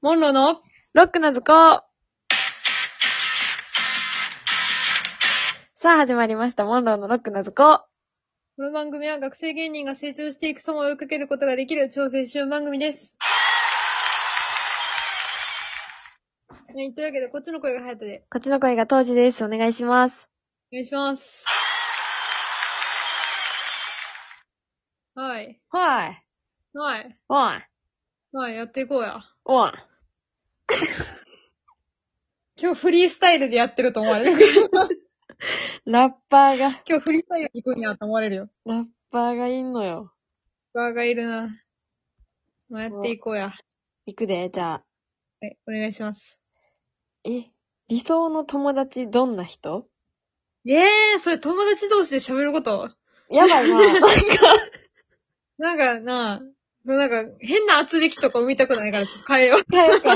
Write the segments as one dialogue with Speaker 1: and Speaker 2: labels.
Speaker 1: モンローの
Speaker 2: ロックな図工さあ始まりました、モンローのロックな図工
Speaker 1: この番組は学生芸人が成長していく様を追いかけることができる超青春番組です。はい、というわけで、こっちの声が隼人で、
Speaker 2: こっちの声が当時です。お願いします。
Speaker 1: お願いします。はい。
Speaker 2: はい。
Speaker 1: はい。
Speaker 2: おい。
Speaker 1: はい、やっていこうや。
Speaker 2: おい。
Speaker 1: 今日フリースタイルでやってると思われる。
Speaker 2: ラッパーが、
Speaker 1: 今日フリースタイルで行くんやと思われるよ。
Speaker 2: ラッパーがいんのよ。
Speaker 1: バーがいるな。まあ、やっていこうや。は
Speaker 2: 行くで、じゃあ。
Speaker 1: い、お願いします。
Speaker 2: え、理想の友達どんな人
Speaker 1: ええー、それ友達同士で喋ること
Speaker 2: やばいな。
Speaker 1: なんかな、もうなんか変な圧力とか生みたくないからちょっと変えよう。
Speaker 2: 帰るか。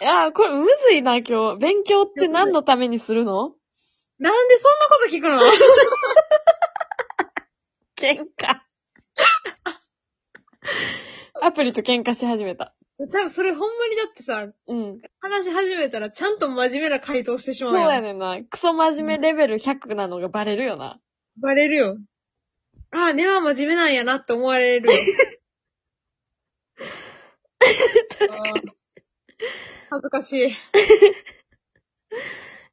Speaker 2: いやー、これむずいな、今日。勉強って何のためにするの
Speaker 1: なんでそんなこと聞くの
Speaker 2: 喧嘩。アプリと喧嘩し始めた。
Speaker 1: 多分それほんまにだってさ、
Speaker 2: うん。
Speaker 1: 話し始めたらちゃんと真面目な回答してしま
Speaker 2: そう
Speaker 1: う
Speaker 2: や
Speaker 1: よ。
Speaker 2: ねんな。クソ真面目レベル100なのがバレるよな。
Speaker 1: バレるよ。ああ、根は真面目なんやなって思われ るよ。あー恥ずかしい。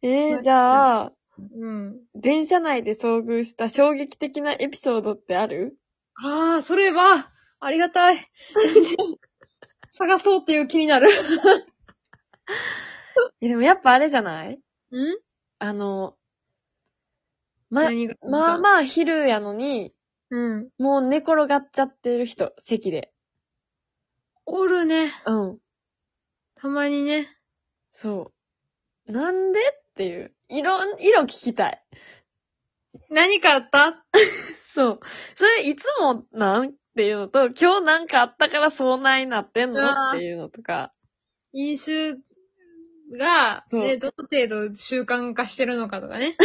Speaker 2: え
Speaker 1: う
Speaker 2: ー、
Speaker 1: ん
Speaker 2: じゃあ、
Speaker 1: うん。
Speaker 2: 電車内で遭遇した衝撃的なエピソードってある
Speaker 1: ああ、それは、ありがた い。探そうっていう気になる。
Speaker 2: えでもやっぱあれじゃない
Speaker 1: ん
Speaker 2: あの、ま、
Speaker 1: 何が
Speaker 2: まあまあ昼やのに、
Speaker 1: うん。
Speaker 2: もう寝転がっちゃってる人、席で。
Speaker 1: おるね。
Speaker 2: うん。
Speaker 1: たまにね。
Speaker 2: そう。なんでっていう。色、色聞きたい。
Speaker 1: 何かあった
Speaker 2: そう。それいつもなんっていうのと、今日なんかあったからそうないなってんの
Speaker 1: あー
Speaker 2: っていうのとか。
Speaker 1: 飲酒が、
Speaker 2: そう
Speaker 1: ね、どの程度習慣化してるのかとかね。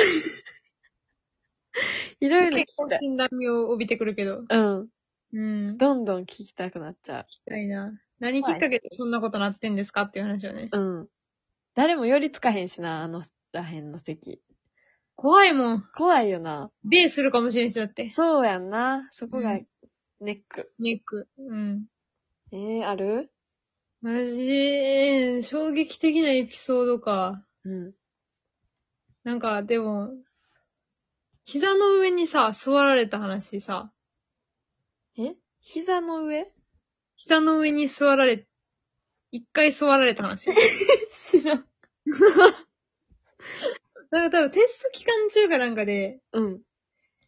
Speaker 2: いろいろ聞き
Speaker 1: 結構
Speaker 2: たい。
Speaker 1: 診断味を帯びてくるけど。
Speaker 2: うん。
Speaker 1: うん。聞
Speaker 2: どんどん聞きたくなっちゃ
Speaker 1: きたいな。何きっかけでそんなことなってんですかっていう話をね。
Speaker 2: う。うん。誰も寄りつかへんしな、あのらへんの席。
Speaker 1: 怖いもん。
Speaker 2: 怖いよな。
Speaker 1: ベーするかもしれんし、だって。
Speaker 2: そうやんな。そこが
Speaker 1: う
Speaker 2: ネック。
Speaker 1: ネック。うん。
Speaker 2: えー、ある
Speaker 1: マジ、衝撃的なエピソードか。
Speaker 2: うん。
Speaker 1: なんか、でも、膝の上にさ、座られた話さ、
Speaker 2: え膝の上
Speaker 1: 膝の上に座られ、一回座られた話。
Speaker 2: 知らん。
Speaker 1: なんか多分テスト期間中かなんかで、
Speaker 2: うん。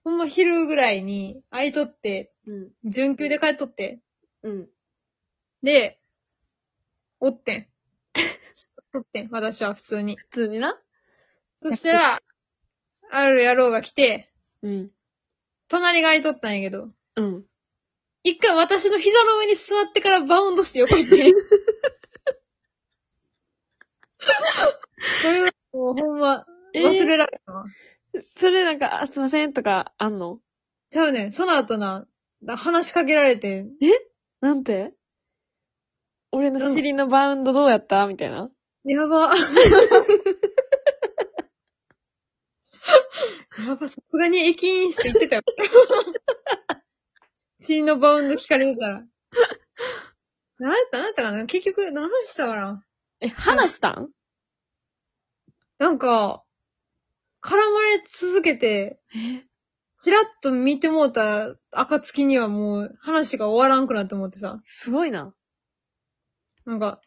Speaker 1: ほんま昼ぐらいに、空いとって、
Speaker 2: うん。
Speaker 1: 準急で帰っとって、
Speaker 2: うん。
Speaker 1: で、おってん。 おってん、私は普通に。
Speaker 2: 普通にな。
Speaker 1: そしたら、ある野郎が来て、
Speaker 2: うん。
Speaker 1: 隣が空いとったんやけど、
Speaker 2: うん。
Speaker 1: 一回私の膝の上に座ってからバウンドして横行ってん。これはもうほんま、
Speaker 2: え
Speaker 1: 忘
Speaker 2: ー、
Speaker 1: れられたわ。
Speaker 2: それなんか、あ、すいませんとか、あんの
Speaker 1: ちゃうねん、その後な、だ話しかけられて、
Speaker 2: なんて俺の尻のバウンドどうやったみたいな。
Speaker 1: やば。やば、さすがに駅員室行ってたよ。尻のバウンド聞かれてたら。なんやったなんやったかな結局、何したかな
Speaker 2: え、話したん
Speaker 1: なんか、絡まれ続けて、
Speaker 2: え
Speaker 1: ちらっと見てもうた暁にはもう話が終わらんくなって思ってさ。
Speaker 2: すごいな。
Speaker 1: なんか、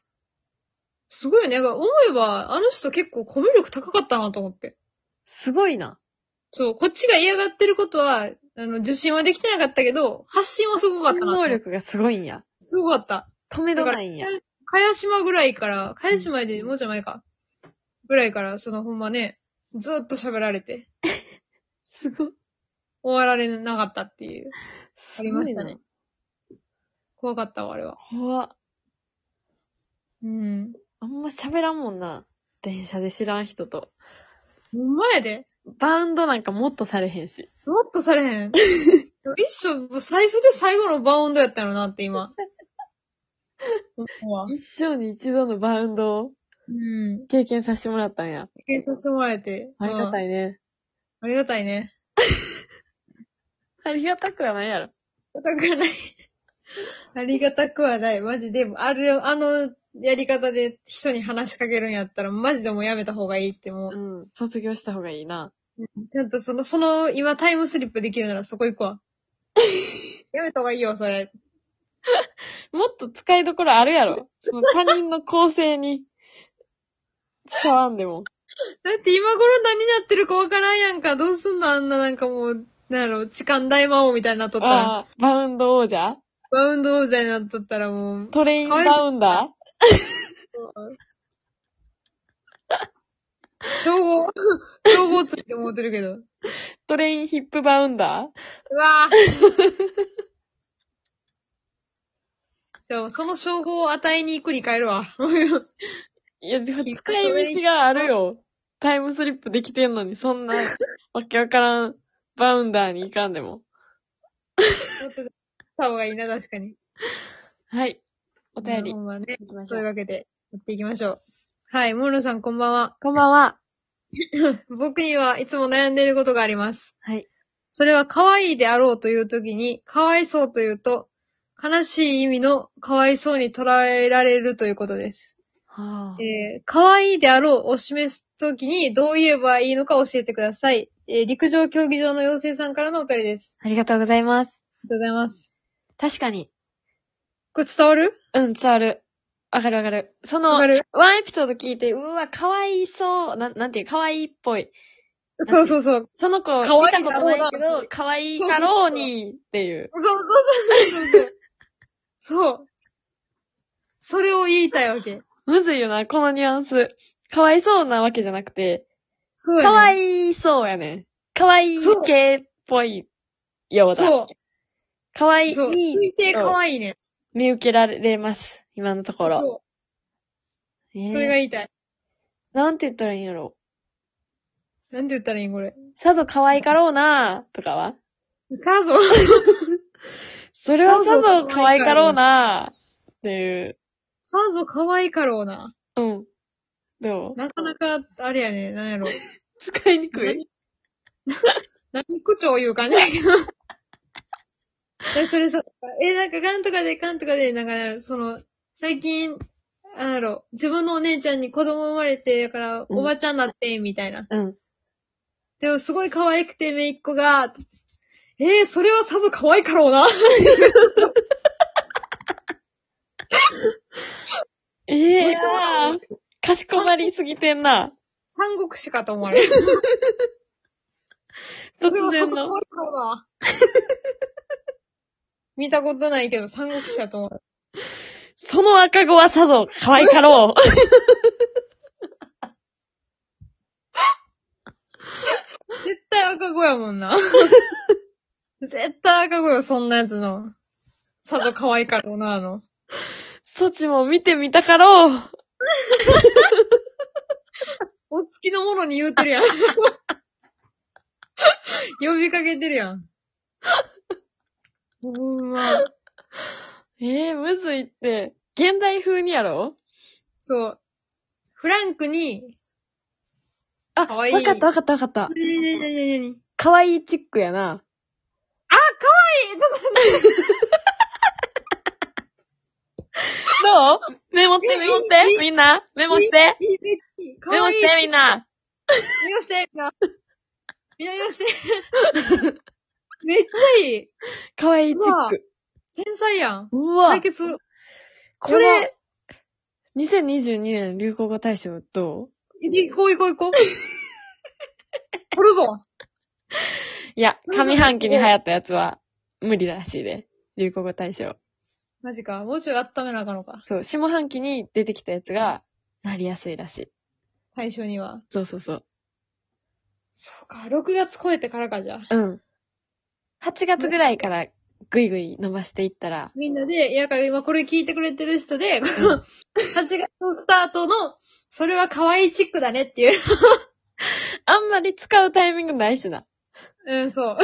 Speaker 1: すごいよね。なんか思えば、あの人結構コミュ力高かったなと思って。
Speaker 2: すごいな。
Speaker 1: そう、こっちが嫌がってることは、あの、受信はできてなかったけど、発信はすごかったな。
Speaker 2: 能。力がすごいんや。
Speaker 1: すごかった。
Speaker 2: 止めどないんや。
Speaker 1: かやしまぐらいから、かやしまでもうじゃ前か。ぐらいから、そのほんまね、ずーっと喋られて、
Speaker 2: すごい。
Speaker 1: 終わられなかったっていう。ありました
Speaker 2: す
Speaker 1: ね。怖かったわ、あれは。
Speaker 2: ごいな。怖っ
Speaker 1: うん。
Speaker 2: あんま喋らんもんな。電車で知らん人と。
Speaker 1: ほんまやで。
Speaker 2: バウンドなんかもっとされへんし。
Speaker 1: もっとされへん。でも一緒、最初で最後のバウンドやったのなって今。思うわ。
Speaker 2: 一生に一度のバウンドを
Speaker 1: うん。
Speaker 2: 経験させてもらったんや。
Speaker 1: 経験させてもらえて。
Speaker 2: ありが
Speaker 1: い。
Speaker 2: たいね。
Speaker 1: ありがたいね。
Speaker 2: ありがたくはないやろ。
Speaker 1: ありがたくはない。ありがたくはない。マジで、あれ、あのやり方で人に話しかけるんやったら、マジでもうやめた方がいいってもう。
Speaker 2: うん。卒業した方がいいな。
Speaker 1: ちゃんとその、その、今タイムスリップできるならそこ行くわ。やめた方がいいよ、それ。
Speaker 2: もっと使いどころあるやろ。その他人の構成に伝わんでも。
Speaker 1: だって今頃何になってるかわからんやんか。どうすんのあんななんかもう、なんやろ、痴漢大魔王みたいになっとったら。
Speaker 2: ああ、バウンド王者
Speaker 1: バウンド王者になっとったらも う、
Speaker 2: トレインバウンダ
Speaker 1: 称号称号ついて思ってるけど。
Speaker 2: ートレインヒップバウンダー
Speaker 1: うわぁ。でも、その称号を与えに行くに変えるわ。
Speaker 2: いや、でも
Speaker 1: ヒップ
Speaker 2: 使い道があるよ。タイムスリップできてんのに、そ んな、わけわからん、バウンダーに行かんでも。
Speaker 1: もっとした方がいいな、確かに。
Speaker 2: はい。お便り
Speaker 1: ほ。んまね。
Speaker 2: 行きまし
Speaker 1: そう
Speaker 2: ょ
Speaker 1: いう
Speaker 2: う
Speaker 1: わけで、やっていきましょう。はい、モールさんこんばんは。
Speaker 2: こんばんは。
Speaker 1: 僕にはいつも悩んでいることがあります。
Speaker 2: はい。
Speaker 1: それは可愛いであろうというときに、かわいそうというと、悲しい意味のかわいそうに捉えられるということです。
Speaker 2: はあ、
Speaker 1: えー、可愛いであろうを示すときにどう言えばいいのか教えてください。えー、陸上競技場の妖精さんからのお便りです。
Speaker 2: ありがとうございます。
Speaker 1: ありがとうございます。
Speaker 2: 確かに。
Speaker 1: これ伝わる
Speaker 2: うん、伝わる。わかるわかる。その、
Speaker 1: わかる
Speaker 2: ワンエピソード聞いて、うわ、かわいそう、なん、なんていう、かわいいっぽい。
Speaker 1: そうそうそう。
Speaker 2: その子、見
Speaker 1: 可愛
Speaker 2: た
Speaker 1: い
Speaker 2: こ
Speaker 1: だ
Speaker 2: と
Speaker 1: ろう
Speaker 2: な
Speaker 1: ない
Speaker 2: けど、かわいいかろうに、っていう。
Speaker 1: そうそうそうそうそう。そう。それを言いたいわけ。
Speaker 2: むずいよな、このニュアンス。かわいそうなわけじゃなくて、
Speaker 1: そうや、ね。
Speaker 2: かわ
Speaker 1: い
Speaker 2: いそうやね。かわいい系っぽいようだ。
Speaker 1: そ
Speaker 2: かわ
Speaker 1: う。
Speaker 2: いい
Speaker 1: そう。推定可愛いね。
Speaker 2: 見受けられます。今のところ。
Speaker 1: そ
Speaker 2: え
Speaker 1: う。
Speaker 2: ー
Speaker 1: それが言いたい。
Speaker 2: なんて言ったらいいんやろ。
Speaker 1: なんて言ったらいいんこれ。
Speaker 2: さぞかわいかろうな、とかは
Speaker 1: さぞ。
Speaker 2: それはさ
Speaker 1: さ
Speaker 2: ぞ
Speaker 1: ぞ
Speaker 2: 可愛かろうなーっていう。
Speaker 1: さぞ可愛いかろうな。
Speaker 2: うん。どう
Speaker 1: なかなか、あれやね、なんやろ。
Speaker 2: 使いにくい
Speaker 1: 何 何口調言う 感じだけど。え、それさ、え、なんか、かんとかで、かんとかで、なんかね、その、最近、なんやろ、自分のお姉ちゃんに子供生まれて、だから、
Speaker 2: うん
Speaker 1: おばちゃんなって、みたいな。
Speaker 2: うん。
Speaker 1: でも、すごい可愛くて、めいっ子が、えー、それはさぞ可愛いかろう な。
Speaker 2: ええ
Speaker 1: お
Speaker 2: ー、
Speaker 1: いしそうだな
Speaker 2: かしこまりすぎてんな。
Speaker 1: 三国志かと思われる。そ
Speaker 2: 突
Speaker 1: れはさ
Speaker 2: 然
Speaker 1: ぞ可愛いか
Speaker 2: の。
Speaker 1: ろうな。 見たことないけど、三国志だと思う。
Speaker 2: その赤子はさぞ可愛かろう。
Speaker 1: 絶対赤子やもん な。絶対赤子よ、そんなやつの。さぞ可愛いからな、あの。
Speaker 2: そちも見てみたかろう。
Speaker 1: お月のものに言うてるやん。 呼びかけてるやん。ほんま。
Speaker 2: ええー、むずいって。現代風にやろ
Speaker 1: そう。フランクに、
Speaker 2: あ、
Speaker 1: 可愛い
Speaker 2: わかったわかったわかった。
Speaker 1: ねえねえねえねえねえね
Speaker 2: 可愛いチックやな。
Speaker 1: あ、可愛いどこ
Speaker 2: どうメモってメモって、みんな。メモして。
Speaker 1: いいべき
Speaker 2: メ
Speaker 1: 可
Speaker 2: モ
Speaker 1: 愛い
Speaker 2: して、みんな。
Speaker 1: 見よして、みんな。みんなよして。 めっちゃいい。
Speaker 2: 可愛いチック。
Speaker 1: 天才やん。
Speaker 2: うわ
Speaker 1: 解。決。
Speaker 2: これ、2022年流行語大賞ど
Speaker 1: 行こう行こう 行こう。取るぞ
Speaker 2: ういや、上半期に流行ったやつは無理らしいで。流行語大賞。
Speaker 1: マジか。もうちょい温めなあかんのか。
Speaker 2: そう、下半期に出てきたやつが、なりやすいらしい。
Speaker 1: 最初には。
Speaker 2: そうそうそう。
Speaker 1: そうか。6月超えてからかじゃ。
Speaker 2: うん。8月ぐらいから、ぐいぐい伸ばしていったら、
Speaker 1: みんなで、いやから今これ聞いてくれてる人で、この8月のスタートの、それは可愛いチックだねっていう。
Speaker 2: あんまり使うタイミングないしな。
Speaker 1: うん、 そう。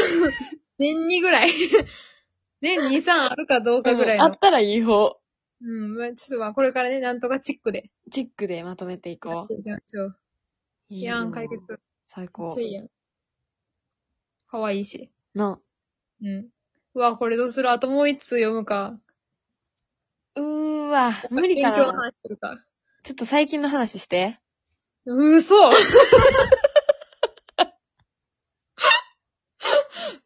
Speaker 1: 年にぐらい。年に3あるかどうかぐらい
Speaker 2: あ
Speaker 1: の
Speaker 2: っ。たらいい方。
Speaker 1: うん、まあ、ちょっとまあ、これからね、なんとかチックで。
Speaker 2: チックでまとめてい
Speaker 1: や
Speaker 2: こ
Speaker 1: っていきましょう。
Speaker 2: う。
Speaker 1: いや
Speaker 2: いい
Speaker 1: ん、
Speaker 2: な
Speaker 1: 解決。
Speaker 2: 最
Speaker 1: めっ
Speaker 2: 高
Speaker 1: ちゃ。いいやん。かわいいし。
Speaker 2: な。
Speaker 1: うん。うわ、これどうするあともう一通読むか。
Speaker 2: うーわ、無理か
Speaker 1: 勉強の
Speaker 2: な。
Speaker 1: 話するか。
Speaker 2: ちょっと最近の話して。
Speaker 1: 嘘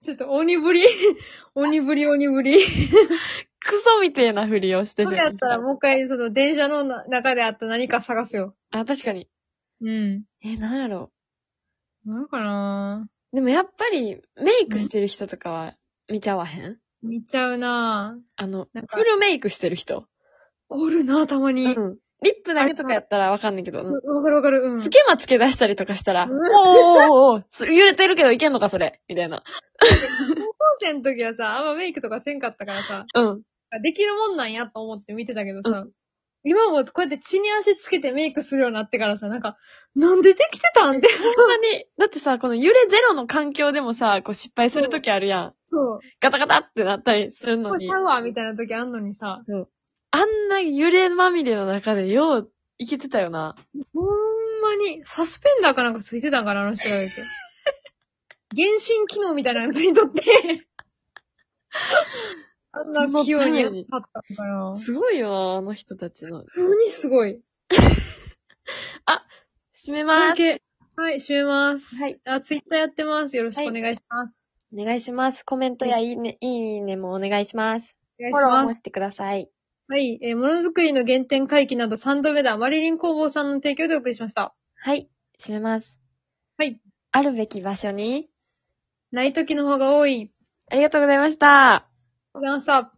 Speaker 1: ちょっと鬼ぶり鬼ぶり鬼ぶり。
Speaker 2: クソみてえなふりをして
Speaker 1: それやったらもう一回、その電車のな中であった何か探すよ。
Speaker 2: あ、確かに。
Speaker 1: うん。
Speaker 2: え、なんやろ
Speaker 1: なんかな
Speaker 2: う。でもやっぱり、メイクしてる人とかは見ちゃわへん、
Speaker 1: 見ちゃうな
Speaker 2: あの
Speaker 1: なん、か
Speaker 2: フルメイクしてる人。
Speaker 1: おるなたま
Speaker 2: う
Speaker 1: に。
Speaker 2: ん。リップだけとかやったらわかんないけど、
Speaker 1: そうわかるわかる。うん。
Speaker 2: つけまつけ出したりとかした
Speaker 1: う
Speaker 2: ら、
Speaker 1: ん
Speaker 2: おーおーおーおー す揺れてるけどいけんのかそれみたいな。
Speaker 1: 高校生の時はさ、あんまメイクとかせんかったからさ、
Speaker 2: うん。
Speaker 1: できるもんなんやと思って見てたけどさ、
Speaker 2: う
Speaker 1: 今もこうやって血に足つけてメイクするようになってからさ、なんか、なんでできてたんって。
Speaker 2: ほんまに、だってさ、この揺れゼロの環境でもさ、こう失敗するときあるやん。
Speaker 1: そう。
Speaker 2: ガタガタってなったりするの
Speaker 1: これ
Speaker 2: に
Speaker 1: ち。ゃうわ、みたいな時あんのにさ、
Speaker 2: そう。あんな揺れまみれの中でよう、いけてたよな。
Speaker 1: ほんまに、サスペンダーかなんかついてたんかな、あの人が言う て。原神機能みたいなのついとって。あんな器用にやったから。
Speaker 2: すごいよな、あの人たちの。
Speaker 1: 普通にすごい。
Speaker 2: 閉めま
Speaker 1: 尊
Speaker 2: ーす。
Speaker 1: 敬。はい、閉めます。
Speaker 2: はい。
Speaker 1: あ、ツイッターやってます。よろしくお願いします。
Speaker 2: お願いします。コメントやいいね、いいねもお願いします。
Speaker 1: お
Speaker 2: フ
Speaker 1: 願
Speaker 2: ォ
Speaker 1: い
Speaker 2: ロ
Speaker 1: し
Speaker 2: ー
Speaker 1: ます
Speaker 2: も。してください。
Speaker 1: はい。えーものづくりの原点回帰など3度目だ。マリリン工房さんの提供でお送りしました。
Speaker 2: はい。閉めます。
Speaker 1: はい。
Speaker 2: あるべき場所に、
Speaker 1: ない時の方が多い。
Speaker 2: ありがとうございました。
Speaker 1: ございました。